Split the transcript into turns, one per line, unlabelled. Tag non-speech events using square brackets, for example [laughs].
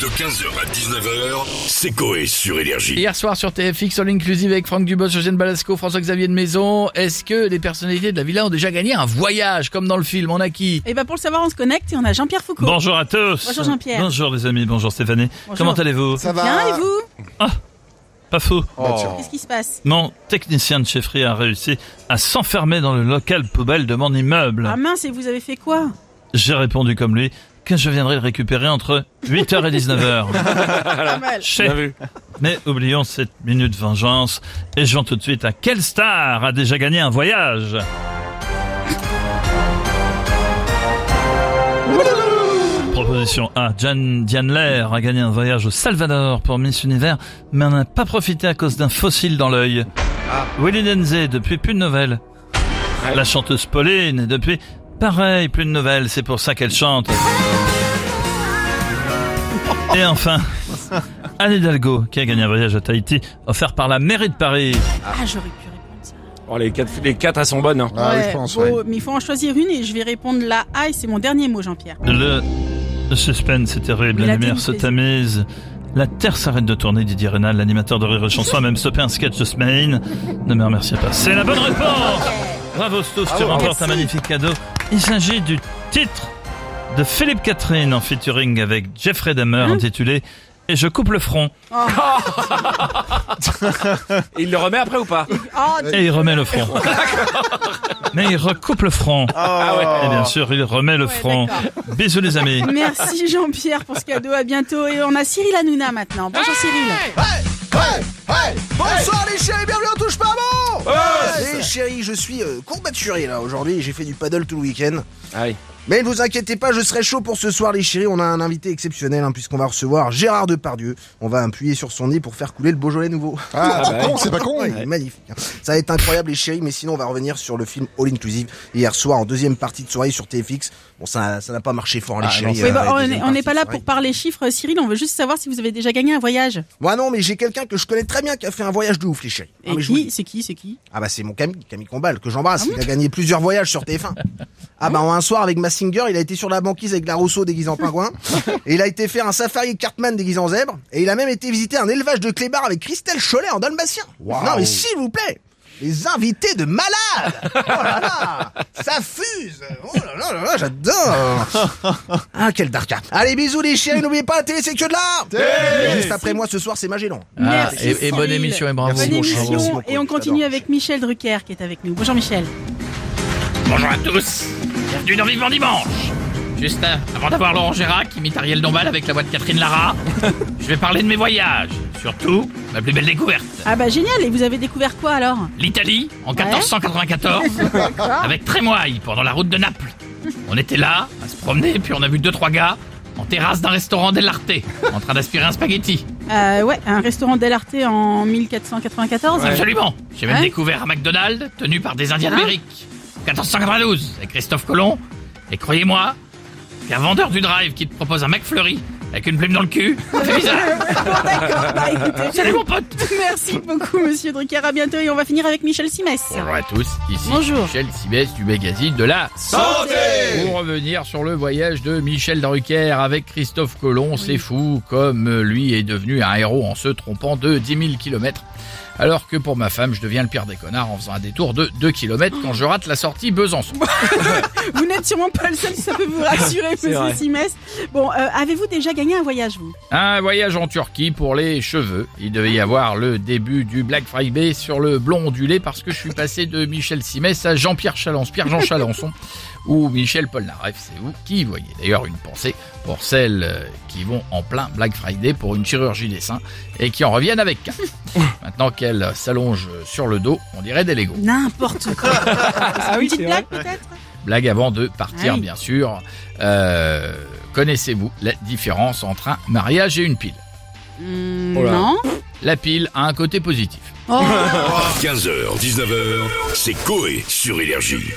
De 15h à 19h, c'est Coé sur Énergie.
Hier soir sur TFX All Inclusive avec Franck Dubos, Eugène Balasco, François-Xavier de Maison, est-ce que les personnalités de la villa ont déjà gagné un voyage comme dans le film On a qui
Et ben pour le savoir, on se connecte et on a Jean-Pierre Foucault.
Bonjour à tous.
Bonjour Jean-Pierre.
Bonjour les amis, bonjour Stéphanie.
Bonjour.
Comment allez-vous
Ça va
Bien, et vous
Pas faux.
Qu'est-ce qui se passe
Mon technicien de chefferie a réussi à s'enfermer dans le local poubelle de mon immeuble.
Ah mince, et vous avez fait quoi
J'ai répondu comme lui que je viendrai le récupérer entre 8h et 19h.
Pas mal.
Chef. [laughs] Mais oublions cette minute vengeance et jouons tout de suite à quelle star a déjà gagné un voyage Proposition A. Jan, Diane Lair a gagné un voyage au Salvador pour Miss Univers, mais n'en a pas profité à cause d'un fossile dans l'œil. Willy Denze, depuis plus de nouvelles. La chanteuse Pauline, depuis pareil, plus de nouvelles, c'est pour ça qu'elle chante. Et enfin, Anne Hidalgo, qui a gagné un voyage à Tahiti, offert par la mairie de Paris.
Ah, j'aurais pu répondre ça.
Oh, les quatre, les quatre, elles sont bonnes. Hein.
Ah oui,
Ouais,
je pense,
bon,
ouais.
Mais il faut en choisir une et je vais répondre la A et c'est mon dernier mot, Jean-Pierre.
Le le suspense est terrible,
Mais la
la lumière
télé-
se tamise. La terre s'arrête de tourner, Didier Rénal, l'animateur de Rire et Chanson, a même stoppé un sketch de semaine. Ne me remerciez pas. C'est la bonne réponse Bravo Stos, tu remportes un magnifique cadeau. Il s'agit du titre de Philippe Catherine en featuring avec Jeffrey Dahmer intitulé Et je coupe le front.
Et Il le remet après ou pas
Oh,
Et il remet le front. Mais il recoupe le front. Et bien sûr, il remet le
Ouais,
front. Bisous les amis.
merci Jean-Pierre pour ce cadeau. À bientôt. Et on a Cyril Hanouna maintenant. Bonjour Cyril.
Hey, hey, bonsoir les chéris, bienvenue on touche pas bon Les chéris, je suis euh, courbaturé là aujourd'hui, j'ai fait du paddle tout le week-end.
Ah oui.
Mais ne vous inquiétez pas, je serai chaud pour ce soir les chéris, on a un invité exceptionnel hein, puisqu'on va recevoir Gérard Depardieu. On va appuyer sur son nez pour faire couler le Beaujolais nouveau. [laughs]
Ah,
bah
c'est
ouais.
con, c'est pas con
Ouais, il est Magnifique. hein. Ça va être incroyable les chéris, mais sinon on va revenir sur le film All Inclusive hier soir en deuxième partie de soirée sur TFX. Bon ça ça n'a pas marché fort les chéris.
Oui,
euh,
bah,
la
on
deuxième
est- on n'est
partie
pas
de
là
soirée.
pour parler chiffres, Cyril. On veut juste savoir si vous avez déjà gagné un voyage.
Moi non, mais j'ai quelqu'un que je connais très bien qui a fait un voyage de ouf les chéris.
Et
Ah, mais je vous le
qui C'est qui C'est qui
Ah bah c'est mon Camille, Camille Combal, que j'embrasse, il a gagné plusieurs voyages sur TF1. Ah bah un soir avec Massinger, il a été sur la banquise avec la Rousseau déguisée en pingouin, et il a été faire un safari Cartman déguisé en zèbre, et il a même été visiter un élevage de clébards avec Christelle Cholet en dalmatien. Non mais s'il vous plaît les invités de malades Oh là là Ça fuse Oh là là là là, j'adore Ah, quel darka Allez, bisous les chiens, n'oubliez pas, la télé, c'est que de l'art Et Juste après moi, ce soir, c'est Magellan.
Ah,
Merci,
et, et bonne
Cyril.
émission et bravo.
Bonne
Merci, bonjour.
émission.
Merci beaucoup,
et on continue
j'adore.
avec Michel Drucker qui est avec nous. Bonjour Michel.
Bonjour à tous, bienvenue dans Vivement Dimanche Juste euh, avant d'avoir Laurent Gérard qui imite Ariel Dombal avec la voix de Catherine Lara, je vais parler de mes voyages. Surtout, ma plus belle découverte,
Ah bah génial. Et vous avez découvert quoi alors
l'Italie en 1494, avec Trémoille pendant la route de Naples. On était là, à se promener, puis on a vu deux trois gars en terrasse d'un restaurant dell'Arte, en train d'aspirer un
[laughs]
spaghetti.
Euh, ouais, un restaurant Delarte en 1494.
Absolument J'ai même
Hein
découvert un McDonald's tenu par des Indiens
Hein
d'Amérique. 1492, avec Christophe Colomb. Et croyez-moi, qu'un vendeur du drive qui te propose un McFlurry avec une plume dans le cul,
[laughs]
c'est bizarre.
Bon, [laughs] d'accord, bah
[laughs]
écoutez,
Salut mon pote
merci beaucoup Monsieur Drucker, à bientôt et on va finir avec Michel Simès.
Bonjour à tous, ici
Bonjour.
Michel Sibès du magazine de la Santé Pour revenir sur le voyage de Michel Drucker avec Christophe Colomb, c'est fou comme euh, lui est devenu un héros en se trompant de 10 000 km. Alors que pour ma femme, je deviens le pire des connards en faisant un détour de 2 km quand je rate la sortie Besançon.
Vous n'êtes sûrement pas le seul, si ça peut vous rassurer Monsieur
vrai.
Simès. Bon, euh, avez-vous déjà gagné un voyage vous
Un voyage en Turquie pour les cheveux. Il devait y avoir le début du Black Friday sur le blond ondulé parce que je suis passé de Michel Simès à Jean-Pierre Chalençon, Pierre-Jean Chalençon ou Michel Polnareff, c'est vous qui y voyez. D'ailleurs, une pensée pour celles euh, qui vont en plein Black Friday pour une chirurgie des seins et qui en reviennent avec quatre. Maintenant qu'elles s'allongent sur le dos, on dirait des Legos.
N'importe
[laughs]
quoi.
Ah
Une petite blague peut-être
Blague avant de partir,
Oui.
bien sûr. Euh, Connaissez-vous la différence entre un mariage et une pile
Hmm,
Oh là.
Non.
La pile a un côté positif.
Oh.
15h, 19h, c'est Coé sur Énergie.